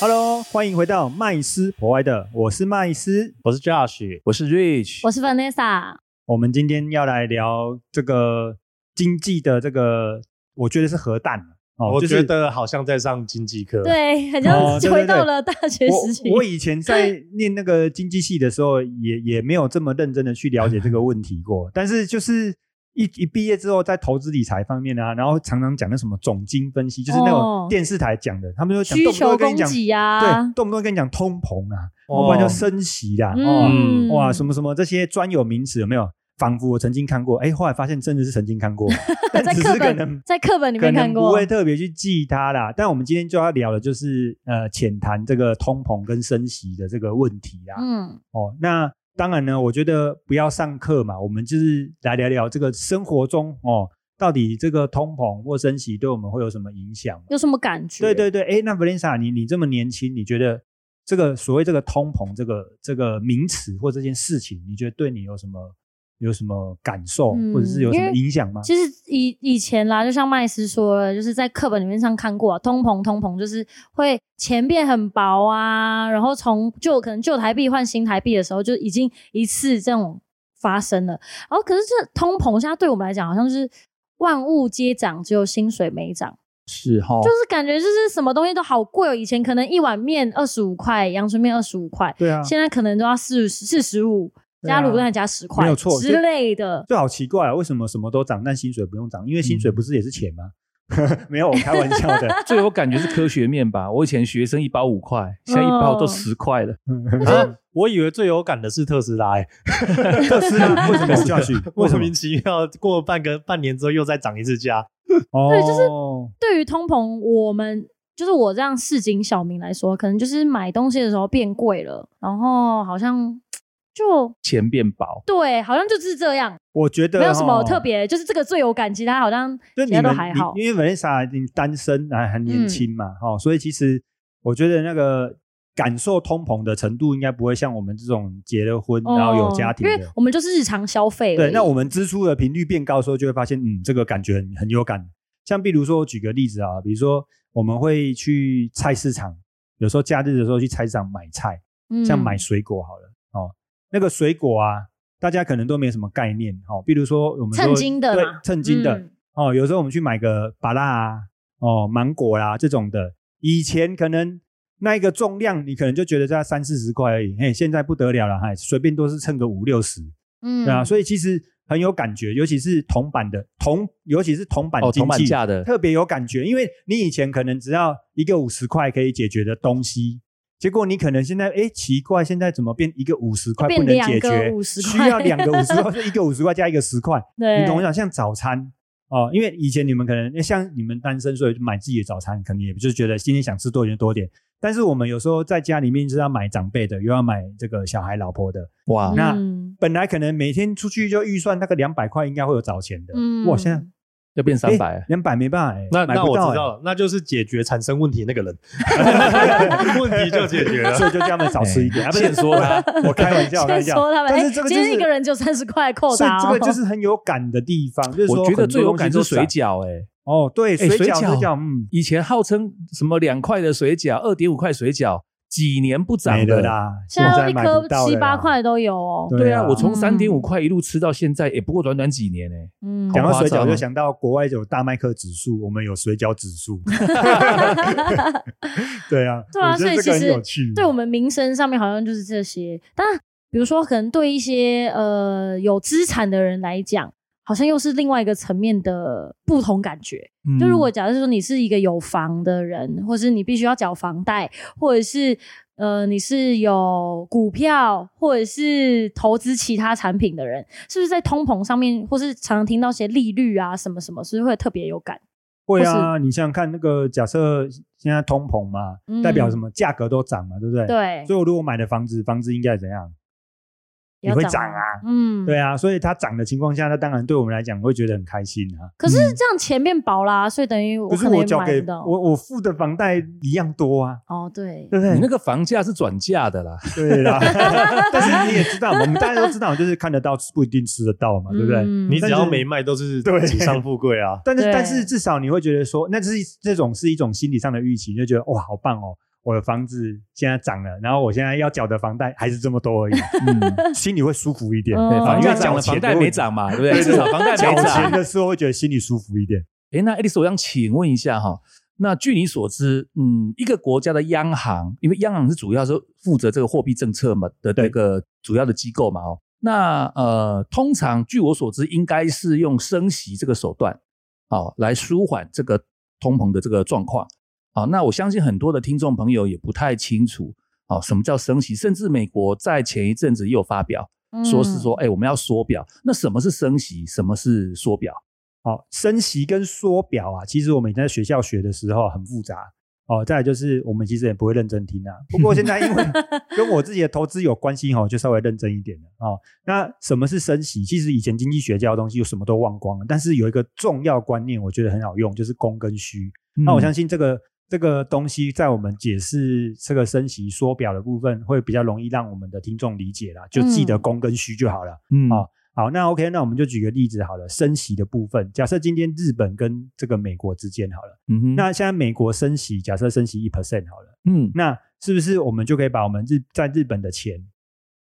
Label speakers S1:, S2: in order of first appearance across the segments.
S1: Hello，欢迎回到麦斯博爱的，我是麦斯。
S2: 我是 Josh，
S3: 我是 Rich，
S4: 我是 Vanessa，
S1: 我们今天要来聊这个经济的这个，我觉得是核弹哦，
S2: 我
S1: 就是
S2: 觉得好像在上经济课。，
S4: 对，很
S1: 哦
S4: 像
S1: 对对
S4: 回
S1: 对
S4: 到了大学时期
S1: 我。我以前在念那个经济系的时候，也也没有这么认真的去了解这个问题过。 但是就是一一毕业之后，在投资理财方面啊，然后常常讲那什么总经分析，就是那
S4: 哦
S1: 种电视台讲的，他们就讲
S4: 需
S1: 动不
S4: 求
S1: 动跟
S4: 供
S1: 你讲，
S4: 给啊
S1: 对，，动不动跟你讲通膨啊，
S2: 哦
S1: 要不然就升息啦，哦，
S4: 嗯
S1: 哇，什么什么这些专有名词有没有？仿佛我曾经看过，哎，后来发现真的是曾经看过，但
S4: 在
S1: 只
S4: 课
S1: 是可能
S4: 本在课本里
S1: 可
S4: 面
S1: 能
S4: 看
S1: 不
S4: 过
S1: 会，特别去记它啦。但我们今天就要聊的就是呃，浅谈这个通膨跟升息的这个问题啦。
S4: 嗯，
S1: 哦，那当然呢，我觉得不要上课嘛，我们就是来聊聊这个生活中哦，到底这个通膨或升息对我们会有什么影响嘛？
S4: 有什么感觉？
S1: 对对对，哎，那 Valensa，你你这么年轻，你觉得这个所谓这个通膨这个这个名词或这件事情，你觉得对你有什么有什么感受，
S4: 嗯
S1: 或者是有什
S4: 因
S1: 么
S4: 为
S1: 影响吗？
S4: 其实以以前啦，就像麦斯说了，就是在课本里面上看过、啊，通膨通膨就是会钱变很薄啊，然后从旧可能旧台币换新台币的时候，就已经一次这种发生了。然后可是这通膨现在对我们来讲，好像就是万物皆涨，只有薪水没涨，
S1: 哦
S3: 是哈，
S4: 就是感觉就是什么东西都好贵哦。以前可能一碗面二十五块，
S1: 啊
S4: 阳春面二十五块，
S1: 对啊，
S4: 现在可能都要四四十五，
S1: 对啊
S4: 加卤蛋还加十块，
S1: 没有错
S4: 之类的。
S1: 就好奇怪、啊，为什么什么都涨，但薪水不用涨？因为薪水不是也是钱吗？ 没有，我开玩笑 的。
S4: 啊
S3: 最有感觉是科学面吧。我以前学生一包五块，现在一包都
S4: 哦
S3: 十块了。
S2: 啊，我以为最有感的是特斯拉、欸，
S1: 特斯拉为什么下去？哎为什么
S2: 莫名？其妙过了半个半年之后又再涨一次价。
S1: 哦，
S4: 对就是对于通膨，我们就是我这样市井小民来说，可能就是买东西的时候变贵了，然后好像就
S3: 钱变薄，
S4: 对，好像就是这样，
S1: 我觉得
S4: 没有什么
S1: 哦
S4: 特。别，就是这个最有感，其他好像
S1: 就
S4: 其
S1: 你
S4: 他
S1: 们
S4: 都还好嗯
S1: 你。因为 Vanessa 你单身啊，还很年轻嘛，哦，所以其实我觉得那个感受通膨的程度，应该不会像我们这种结了婚、然后有家庭
S4: 哦因为
S1: 的。
S4: 我们就是日常消费而已。
S1: 对，那我们支出的频率变高的时候，就会发现，嗯，这个感觉很很有感。像比如说，我举个例子啊，比如说我们会去菜市场，有时候假日的时候去菜市场买菜，
S4: 嗯
S1: 像买水果好了哦，那个水果啊，大家可能都没有什么概念哦。比如说我们说
S4: 称斤的
S1: 对
S4: 嘛，
S1: 称斤的、
S4: 嗯
S1: 哦，有时候我们去买个芭乐啊，哦，芒果啦、这种的，以前可能那一个重量你可能就觉得在三四十块而已，嘿，现在不得了了，嗨，随便都是称个五六十，
S4: 嗯
S1: 对啊，所
S4: 以
S1: 以其实很有感觉，尤其是铜板的铜，尤其是铜板
S3: 哦，
S1: 经
S3: 铜板
S1: 济。
S3: 价的，
S1: 特别有感觉，因为你以前可能只要一个五十块可以解决的东西，结果你可能现在哎、诶奇怪，现在怎么变一个五十块
S4: 哦变
S1: 不能解
S4: 两
S1: 决
S4: 个，50
S1: 需
S4: 块
S1: 要两个五 十块，是一个五十块加一个十块，
S4: 对，
S1: 你懂我讲？像早餐哦，因为以前你们可能诶像你们单身，所以就买自己的早餐，可能也就觉得今天想吃多点就多点。但是我们有时候在家里面是要买长辈的，又要买这个小孩老婆的，
S3: 哇
S4: 嗯？
S1: 那本来可能每天出去就预算那个两百块应该会有早钱的，
S4: 嗯
S1: 哇，现在
S3: 要变三百，
S1: 两百没办法、诶
S2: 那
S1: 买
S2: 那
S1: 不
S2: 我
S1: 到、欸
S2: 知
S1: 诶
S2: 道了，那就是解决产生问题那个 人，问题就解决了。
S1: 所以就叫他们少吃一点。啊不 是
S3: 现说他，
S1: 我开玩笑，我开玩
S4: 哎
S1: 笑。
S4: 先说他们，
S1: 但
S4: 哎
S1: 是这个
S4: 今
S1: 就是
S4: 天一个人就三十块扣
S1: 所以
S4: 打哦，
S1: 这个就是很有感的地方，就是说
S3: 我觉得最有感是
S1: 很多东西都
S3: 水
S1: 涨
S3: 饺，哎，
S1: 哦，对，
S3: 哎
S1: 水饺
S3: 水
S1: 水
S3: 饺
S1: 饺，嗯，
S3: 以前号称什么两块的水饺，二点五块水饺，几年不涨
S1: 没
S3: 的
S1: 了。啦，
S4: 现在都一
S1: 买不
S4: 颗
S1: 到了
S4: 七
S1: 啦
S4: 八。块都有哦。
S3: 对
S1: 对
S3: 啊，
S1: 啊，
S3: 我从
S4: 嗯
S3: 三点五块一路吃到现在，也不过短短几年哎。
S4: 嗯，
S1: 讲到水
S3: 好夸张
S1: 饺
S3: 哦
S1: 就想到国外有大麦克指数， 我们有水饺指数。 对啊，
S4: 对啊
S1: 我觉得
S4: 所以
S1: 这个
S4: 其
S1: 很
S4: 实
S1: 有
S2: 嗯
S1: 趣。
S4: 对我们民生上面好像就是这些，但比如说可能对一些呃有资产的人来讲，好像又是另外一个层面的不同感觉。嗯就如
S2: 嗯
S4: 果假设说你是一个有房的人，或是你必须要缴房贷，或者是呃你是有股票或者是投资其他产品的人，是不是在通膨上面，或是常常听到一些利率啊什么什么，是不是会特别有感？
S1: 会啊，你想想看，那个假设现在通膨嘛，
S4: 嗯
S1: 代表什么？价格都涨嘛，对不对？。
S4: 对
S1: 所以我如果买的房子，房子应该怎样？
S2: 也
S4: 也
S2: 会
S4: 要
S2: 涨
S4: 涨
S2: 啊。
S4: 嗯，
S2: 对啊，所以它涨的情况下，那当然对我们来讲会觉得很开心啊。
S4: 可是这样钱变薄啦，所以等于我
S2: 可是
S4: 可能
S2: 我
S4: 也
S2: 交
S4: 买
S2: 给
S4: 不到。
S2: 我我付的房贷一样多啊，
S4: 哦，对，
S2: 对
S3: 嗯
S2: 不
S1: 嗯
S3: 你那
S2: 对？
S3: 个房价是转嫁的啦，
S2: 对 啦，但是你也知道，我们大家都知道，就是看得到吃不一定吃得到嘛，对不对？
S4: 嗯
S1: 你只要没卖都是
S2: 对
S1: 锦上富贵啊。
S2: 但是
S4: 对
S2: 但是至少你会觉得说，那这是这种是一种心理上的预期，你就觉得哇，好棒哦，我的房子现在涨了，然后我现在要缴的房贷还是这么多而已，
S3: 嗯，
S2: 心里会舒服一点。
S4: 哦
S3: 对，
S4: 哦
S3: 房
S2: 因
S3: 价
S2: 为
S3: 涨了，
S2: 缴
S3: 房
S2: 钱的
S3: 贷
S2: 问
S3: 没
S2: 题
S3: 涨嘛，对不
S2: 对
S3: 对？
S2: 对
S3: 至少房贷
S2: 缴
S3: 没
S2: 钱
S3: 涨。
S2: 的时候会觉得心里舒服一点。
S3: 诶，那爱丽丝，我想请问一下哈，那据你所知，嗯，一个国家的央行，因为央行是主要是负责这个货币政策嘛的
S2: 对
S3: 这个主要的机构嘛，哦，那呃，通常据我所知，应该是用升息这个手段，好、来舒缓这个通膨的这个状况。好、那我相信很多的听众朋友也不太清楚，哦，什么叫升息，甚至美国在前一阵子也有发表，说
S4: 嗯
S3: 是说，，哎、我们要缩表。那什么是升息，什么是缩表？
S2: 哦，升息跟缩表啊，其实我们以前在学校学的时候很复杂。哦，再来就是我们其实也不会认真听啊。不过现在因为跟我自己的投资有关系哦，就稍微认真一点了哦。那什么是升息？其实以前经济学教的东西，有什么都忘光了。但是有一个重要观念，我觉得很好用，就是供跟需。那我
S3: 嗯
S2: 相信这个这个东西，在我们解释这个升息缩表的部分，会比较容易让我们的听众理解啦。就记得
S4: 嗯
S2: 供跟需就好了。
S3: 嗯
S2: 哦好，那 OK，那我们就举个例子好了，升息的部分，假设今天日本跟这个美国之间好了，
S3: 嗯哼，
S2: 那现在美国升息，假设升息一 percent 好了，
S3: 嗯
S2: 那是不是我们就可以把我们日在日本的钱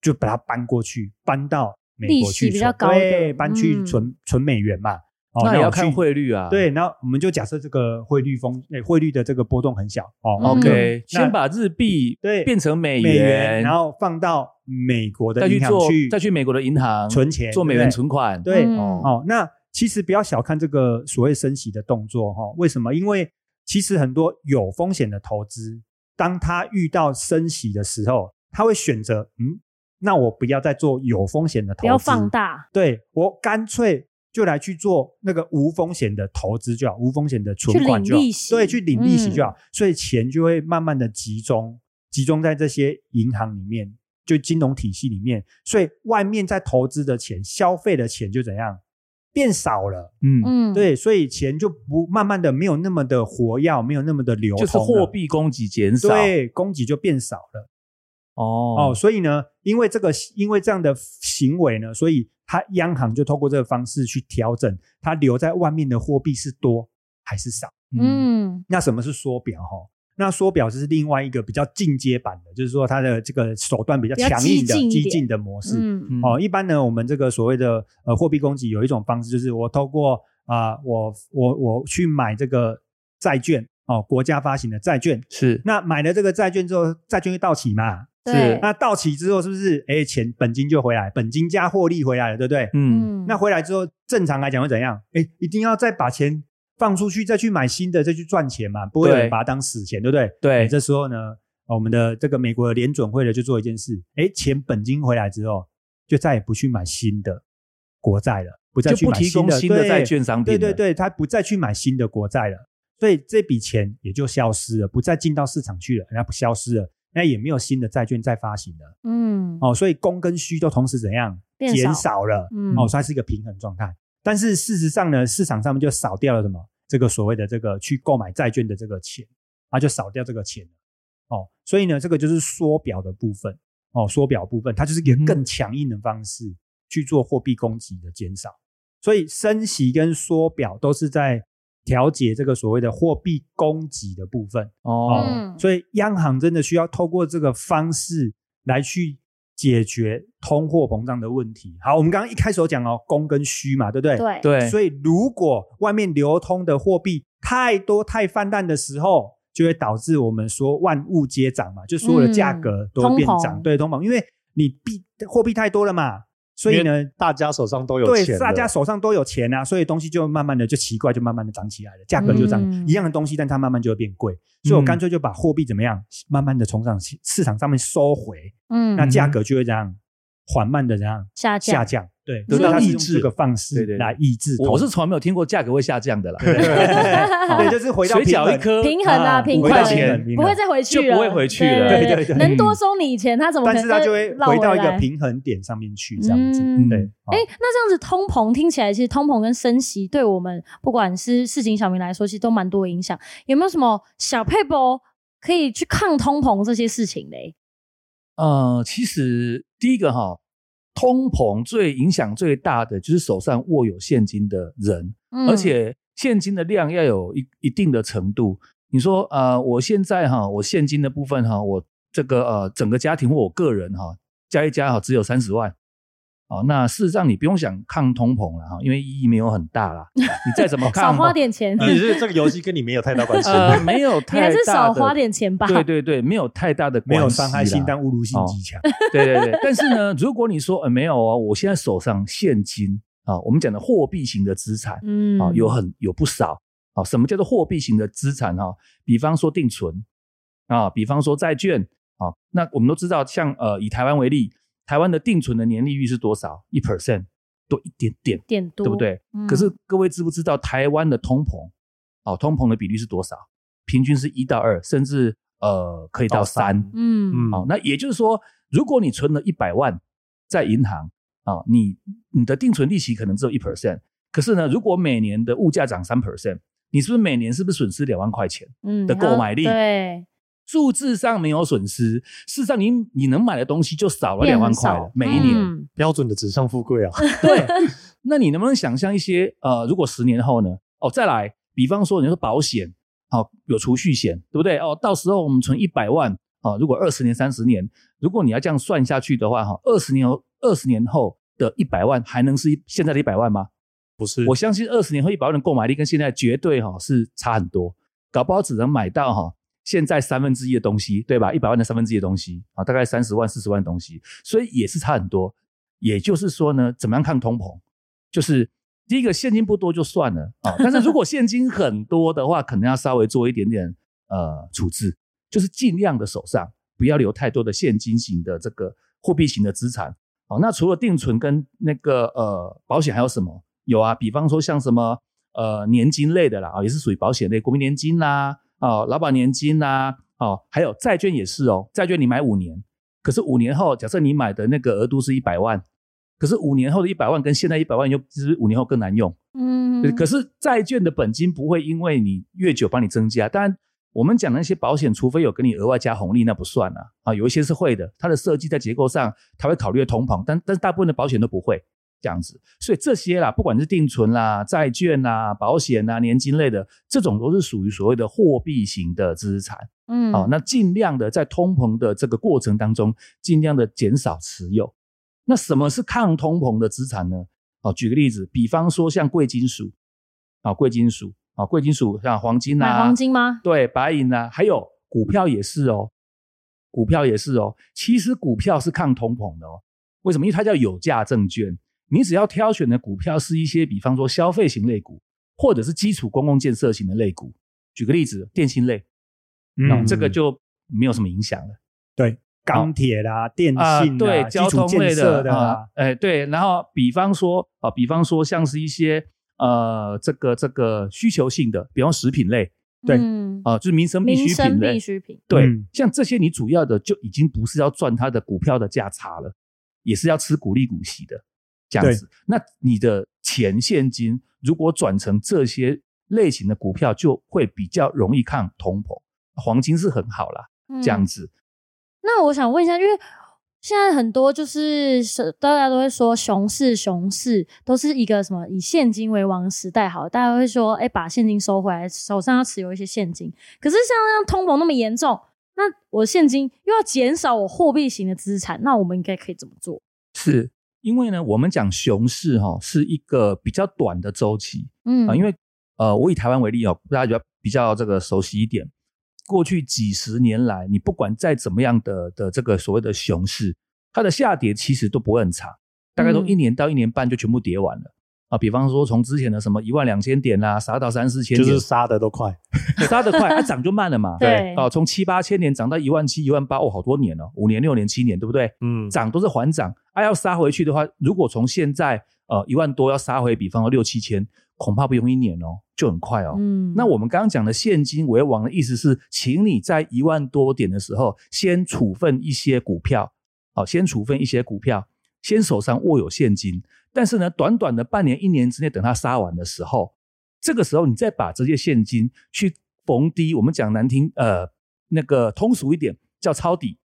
S2: 就把它搬过去，搬到美
S4: 利
S2: 国
S4: 息
S2: 去
S4: 比
S2: 存
S4: 较高的
S2: 对，搬去
S4: 嗯
S2: 存、存美元嘛？哦，
S3: 那也
S2: 我
S3: 要
S2: 去
S3: 看汇率啊。
S2: 对，那我们就假设这个汇率风，诶汇率的这个波动很小哦。
S4: 嗯
S3: ，OK，
S2: 那
S3: 先把日币
S2: 对
S3: 变成美
S2: 美元，
S3: 元，
S2: 然后放到美国的
S3: 再去
S2: 银行
S3: 做
S2: 去
S3: 再去美国的银行
S2: 存钱，
S3: 做美
S2: 对不
S3: 元
S2: 对
S3: 存款。
S2: 对
S4: 嗯
S2: 哦，那其实不要小看这个所谓升息的动作哈、哦，为什么？因为其实很多有风险的投资，当他遇到升息的时候，他会选择嗯，那我不要再做有风险的投资，
S4: 不要放，大，
S2: 对我干脆就来去做那个无风险的投资就好，无风险的存
S4: 去
S2: 款
S4: 领
S2: 就好
S4: 利，息
S2: 对，去领利息
S4: 嗯
S2: 就好，所以钱就会慢慢的集中，集中在这些银行里面。就金融体系里面，所以外面在投资的钱、消费的钱就怎样变少了，
S3: 嗯，
S4: 嗯，，
S2: 对，所以钱就不慢慢的没有那么的活跃，没有那么的流通
S3: 就
S2: 了，
S3: 是货币供给减少。
S2: 对供给就变少了。哦，
S3: 哦，
S2: 所以呢，因为这个，因为这样的行为呢，所以它央行就透过这个方式去调整它留在外面的货币是多还是少。
S3: 嗯
S4: 嗯，
S2: 那什么是缩表？哈，那缩表是另外一个比较进阶版的，就是说它的这个手段比较
S4: 比较
S2: 强
S4: 激
S2: 硬的、
S4: 进一
S2: 激
S4: 点
S2: 进的模式。
S4: 嗯，
S3: 嗯
S2: 哦，一般呢，我们这个所谓的呃货币供给有一种方式，就是我透过啊、我我我去买这个债券哦，国家发行的债券。
S3: 是
S2: 那买了这个债券之后，债券会到期嘛？
S4: 对，
S2: 那到期之后是不是哎钱本金就回来，本金加获利回来了，对不对？
S3: 嗯
S4: 嗯，
S2: 那回来之后，正常来讲会怎样？哎，一定要再把钱放出去，再去买新的，再去赚钱嘛，不会有人
S3: 对
S2: 把它当死钱，对不对？
S3: 对
S2: 这时候呢，哦我们的这个美国的联准会的就做一件事，哎，钱本金回来之后，就再也不去买新的国债了，不再
S3: 就
S2: 去
S3: 不
S2: 买
S3: 提供
S2: 的
S3: 新的
S2: 对
S3: 债券商品
S2: 对
S3: 了。
S2: 对对，他不再去买新的国债了，所以这笔钱也就消失了，不再进到市场去了，那不消失了，那也没有新的债券再发行了。
S4: 嗯，
S2: 哦，所以供跟需都同时怎样
S4: 变
S2: 减
S4: 少
S2: 少了，
S4: 嗯
S2: 哦，所以它是一个平衡状态。但是事实上呢，市场上面就少掉了什么这个所谓的这个去购买债券的这个钱，啊，就少掉这个钱了哦，所以呢，这个就是缩表的部分哦，缩表部分它就是一个更强硬的方式、去做货币供给的减少，所以升息跟缩表都是在调节这个所谓的货币供给的部分。
S3: 哦，
S4: 嗯
S2: 所以央行真的需要透过这个方式来去解决通货膨胀的问题。好，我们刚刚一开始有讲哦，供跟需嘛，对不对？。
S4: 对，
S3: 对，
S2: 所以如果外面流通的货币太多太泛滥的时候，就会导致我们说万物皆涨嘛，就所有的价格都会变
S4: 嗯
S2: 涨，
S4: 通膨
S2: 对，通膨，因为你币货币太多了嘛，所以呢。
S1: 大家手上都有
S2: 对
S1: 钱，，
S2: 大家手上都有钱啊，所以东西就慢慢的就奇怪，就慢慢的涨起来了，价格就涨、
S4: 嗯
S2: 一样的东西，但它慢慢就会变贵，所以我干脆就把货币怎么样，慢慢的从上市市场上面收回，
S4: 嗯，
S2: 那价格就会这样
S1: 缓慢的怎样
S4: 下降
S1: 下降，对，
S3: 得
S1: 所以
S3: 到
S1: 它是
S3: 抑
S1: 用
S3: 制
S1: 这个方
S3: 对
S1: 式
S3: 对对
S1: 来抑制通膨。
S3: 我是从来没有听过价格会下降的啦，
S1: 对，就是回到
S3: 水
S1: 平
S3: 饺
S1: 衡
S3: 一颗
S4: 平衡啊，平衡
S1: 回到
S3: 钱
S1: 平衡平衡
S4: 不会再回去了，
S3: 就不会回去了
S4: 对
S1: 对
S4: 对
S1: 对对
S4: 能多收你钱，他怎么可
S1: 但
S4: 能
S1: 是它就会
S4: 再绕
S1: 回到一个
S4: 来
S1: 平衡点上面去，这样子。
S4: 嗯
S1: 对，
S4: 哎、那这样子通膨听起来，其实通膨跟升息对我们不管是市井小民来说，其实都蛮多影响。有没有什么小配博可以去抗通膨这些事情嘞？
S3: 呃，其实第一个哈，通膨最影响最大的就是手上握有现金的人，
S4: 嗯
S3: 而且现金的量要有一一定的程度。你说呃，我现在哈，我现金的部分哈，我这个呃，整个家庭或我个人哈，加一加哈，只有三十万。哦，那事实上你不用想抗通膨了哈，因为意义没有很大啦。你再怎么
S4: 少
S3: 抗，
S4: 花点钱，
S2: 呃你是这个游戏跟你没有太大关系。
S3: 呃， 没有太
S4: 你还是
S3: 大
S4: 少
S3: 的
S4: 花点钱吧。
S3: 对对对，没有太大的
S1: 没有
S3: 关系
S1: 伤害性，
S3: 啦
S1: 但侮辱性
S3: 哦
S1: 极强。
S3: 对对对，但是呢，如果你说呃没有啊，我现在手上现金啊，我们讲的货币型的资产
S4: 嗯，
S3: 啊，有很有不少啊。什么叫做货币型的资产哈、比方说定存啊，比方说债券啊，那我们都知道像，呃以台湾为例，台湾的定存的年利率是多少？一 percent 多一点点，
S4: 点多，
S3: 对不？对？
S4: 嗯
S3: 可是各位知不知道台湾的通膨哦、通膨的比率是多少？平均是一到二，甚至呃可以到
S2: 到
S3: 三、
S2: 三
S4: 嗯，
S2: 嗯
S3: 哦，那也就是说，如果你存了一百万在银行啊、哦你你的定存利息可能只有一 percent，可是呢，如果每年的物价涨三 percent，你是不是每年是不是损失两万块钱？
S4: 嗯
S3: 的购买力
S4: 对，
S3: 数字上没有损失，事实上你你能买的东西就少了
S4: 变
S3: 两万
S4: 很
S3: 块
S4: 少
S3: 了，每一年。
S4: 嗯
S2: 标准的纸上富贵啊，
S3: 对，那你能不能想象一些呃，如果十年后呢？哦，再来，比方说你说保险，好、有储蓄险，对不对？哦，到时候我们存一百万啊、哦如果二十年、三十年，如果你要这样算下去的话，哈、二十年后，二十年后的一百万还能是一现在的一百万吗？
S2: 不是
S3: 我相信二十年后一百万的购买力跟现在绝对哈、是差很多，搞不好只能买到哈、现在三分之一的东西，对吧？一百万的三分之一的东西啊，大概三十万、四十万的东西，所以也是差很多。也就是说呢，怎么样看通膨？就是第一个现金不多就算了啊，但是如果现金很多的话，可能要稍微做一点点呃处置，就是尽量的手上不要留太多的现金型的这个货币型的资产。哦，那除了定存跟那个呃保险还有什么？有啊，比方说像什么呃年金类的啦，啊、也是属于保险类，国民年金啦、哦劳保年金啦、哦还有债券也是哦，债券你买五年，可是五年后假设你买的那个额度是一百万，可是五年后的一百万跟现在一百万又是不是五年后更难用？对
S4: 嗯，
S3: 可是债券的本金不会因为你越久帮你增加，当然我们讲的那些保险，除非有给你额外加红利，那不算啊。啊，有一些是会的，它的设计在结构上，它会考虑通膨，但但是大部分的保险都不会这样子。所以这些啦，不管是定存啦、债券啦、保险啦、年金类的，这种都是属于所谓的货币型的资产。
S4: 嗯，
S3: 哦，那尽量的在通膨的这个过程当中，尽量的减少持有。那什么是抗通膨的资产呢？哦，举个例子，比方说像贵金属，啊、贵金属，啊、贵金属像黄金
S4: 买
S3: 啊，
S4: 黄金吗？
S3: 对，白银啊，还有股票也是哦，股票也是哦。其实股票是抗通膨的哦，为什么？因为它叫有价证券，你只要挑选的股票是一些，比方说消费型类股，或者是基础公共建设型的类股。举个例子，电信类。那、
S1: 嗯，
S3: 这个就没有什么影响了
S1: 钢铁啦、电信
S3: 啊、
S1: 啦、
S3: 对，
S1: 基
S3: 交
S1: 础
S3: 通
S1: 建
S3: 类
S1: 设的
S3: 啊
S1: 啦，，
S3: 哎，对，然后比方说啊，比方说像是一些呃，这个这个需求性的，比方食品类
S1: 对
S4: 嗯，
S3: 啊，就是民生必
S4: 民
S3: 需
S4: 生
S3: 品类
S4: 必，需品，
S3: 对，
S1: 嗯
S3: 像这些你主要的就已经不是要赚它的股票的价差了，也是要吃股利股息的这样子。那你的钱现金如果转成这些类型的股票，就会比较容易抗通膨。黄金是很好啦，这样
S4: 嗯
S3: 子。
S4: 那我想问一下，因为现在很多就是是大家都会说熊市，熊市都是一个什么以现金为王时代好，大家会说，哎、把现金收回来，手上要持有一些现金。可是像像通膨那么严重，那我现金又要减少我货币型的资产，那我们应该可以怎么做？
S3: 是因为呢，我们讲熊市哈、是一个比较短的周期
S4: 嗯
S3: 啊、因为呃，我以台湾为例哦，大家比较比较这个熟悉一点。过去几十年来，你不管再怎么样的的这个所谓的熊市，它的下跌其实都不会很长，大概都
S4: 嗯
S3: 一年到一年半就全部跌完了。啊，比方说从之前的什么一万两千点啦、杀到三四千
S2: 就
S3: 点，
S2: 是杀的都快，
S3: 杀得快，它、涨就慢了嘛。
S4: 对
S3: 哦，从七八千年涨到一万七、一万八，哦，好多年哦，五年、六年、七年，对不对？
S2: 嗯，
S3: 涨都是缓涨，啊，要杀回去的话，如果从现在呃一万多要杀回，比方说六七千，恐怕不用一年哦，就很快哦。
S4: 嗯，
S3: 那我们刚刚讲的现金为王的意思是，请你在一万多点的时候，先处分一些股票，好、先处分一些股票，先手上握有现金。但是呢，短短的半年、一年之内，等它杀完的时候，这个时候你再把这些现金去逢低，我们讲难听，呃，那个通俗一点叫抄底，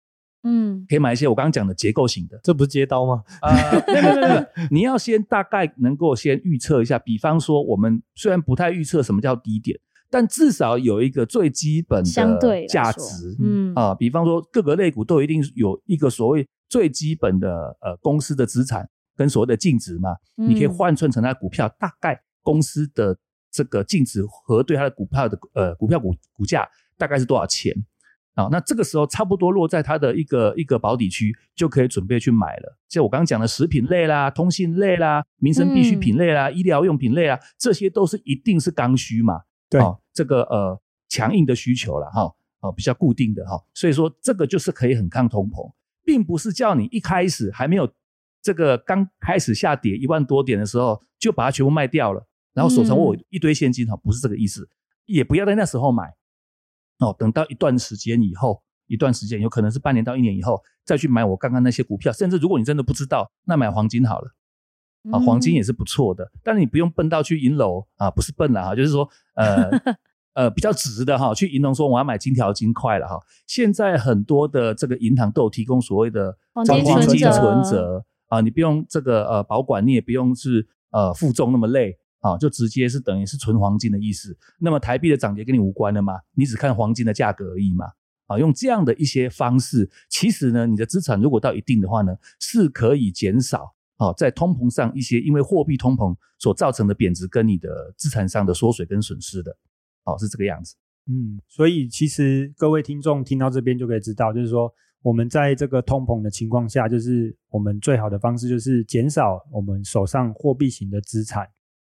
S4: 嗯
S3: 可以买一些我刚刚讲的结构型的。
S2: 这不是接刀吗？
S3: 啊，没有没有没有，你要先大概能够先预测一下，比方说我们虽然不太预测什么叫低点，但至少有一个最基本
S4: 相
S3: 的
S4: 对来
S3: 价
S4: 说
S3: 值
S4: 嗯
S3: 啊、比方说各个类股都一定有一个所谓最基本的呃公司的资产跟所谓的净值嘛，你可以
S4: 嗯
S3: 换算成它的股票大概公司的这个净值和对它的股票的呃股票股股价大概是多少钱啊？那这个时候差不多落在它的一个一个保底区，就可以准备去买了。像我刚刚讲的食品类啦、通信类啦、民生必需品类啦、医疗用品类啦，这些都是一定是刚需嘛。
S1: 对
S3: 哦这个呃强硬的需求了哈，哦比较固定的哈、所以说这个就是可以很抗通膨，并不是叫你一开始还没有这个刚开始下跌一万多点的时候就把它全部卖掉了，然后手上握有一堆现金哈、不是这个意思，也不要在那时候买哦，等到一段时间以后。一段时间，有可能是半年到一年以后再去买我刚刚那些股票，甚至如果你真的不知道，那买黄金好了。啊，黄
S4: 嗯
S3: 金也是不错的，但是你不用笨到去银楼啊，不是笨了哈，就是说呃呃比较直的哈，去银行说我要买金条金块了哈。现在很多的这个银行都有提供所谓的
S4: 黄金
S3: 黄
S4: 存
S3: 金
S4: 折
S3: 存折啊，你不用这个呃保管，你也不用是呃负重那么累。啊，就直接是等于是存黄金的意思。那么台币的涨跌跟你无关的嘛，你只看黄金的价格而已嘛。啊，用这样的一些方式，其实呢，你的资产如果到一定的话呢，是可以减少哦，在通膨上一些因为货币通膨所造成的贬值跟你的资产上的缩水跟损失的，哦，是这个样子。
S1: 嗯，所以其实各位听众听到这边就可以知道，就是说我们在这个通膨的情况下，就是我们最好的方式就是减少我们手上货币型的资产，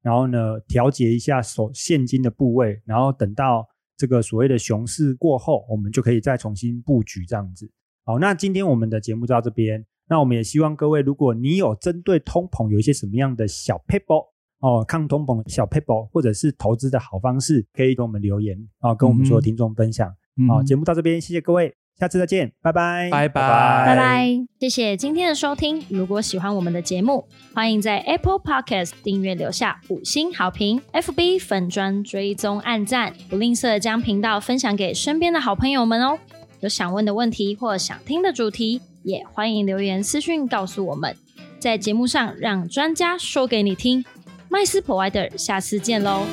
S1: 然后呢调节一下手现金的部位，然后等到这个所谓的熊市过后，我们就可以再重新布局这样子。好，那今天我们的节目就到这边，那我们也希望各位，如果你有针对通膨有一些什么样的小 paper。哦，抗通膨的小 paper，或者是投资的好方式，可以给我们留言啊、哦，跟我们所有
S3: 嗯哼
S1: 听众分享。哦
S3: 嗯
S1: 好、节目到这边，谢谢各位，下次再见，拜拜，
S3: 拜拜
S4: 拜拜，谢谢今天的收听。如果喜欢我们的节目，欢迎在 Apple Podcast 订阅留下五星好评，FB 粉砖追踪按赞，不吝啬将频道分享给身边的好朋友们哦。有想问的问题或想听的主题，也欢迎留言私讯告诉我们，在节目上让专家说给你听。麦斯 Provider，下次见喽，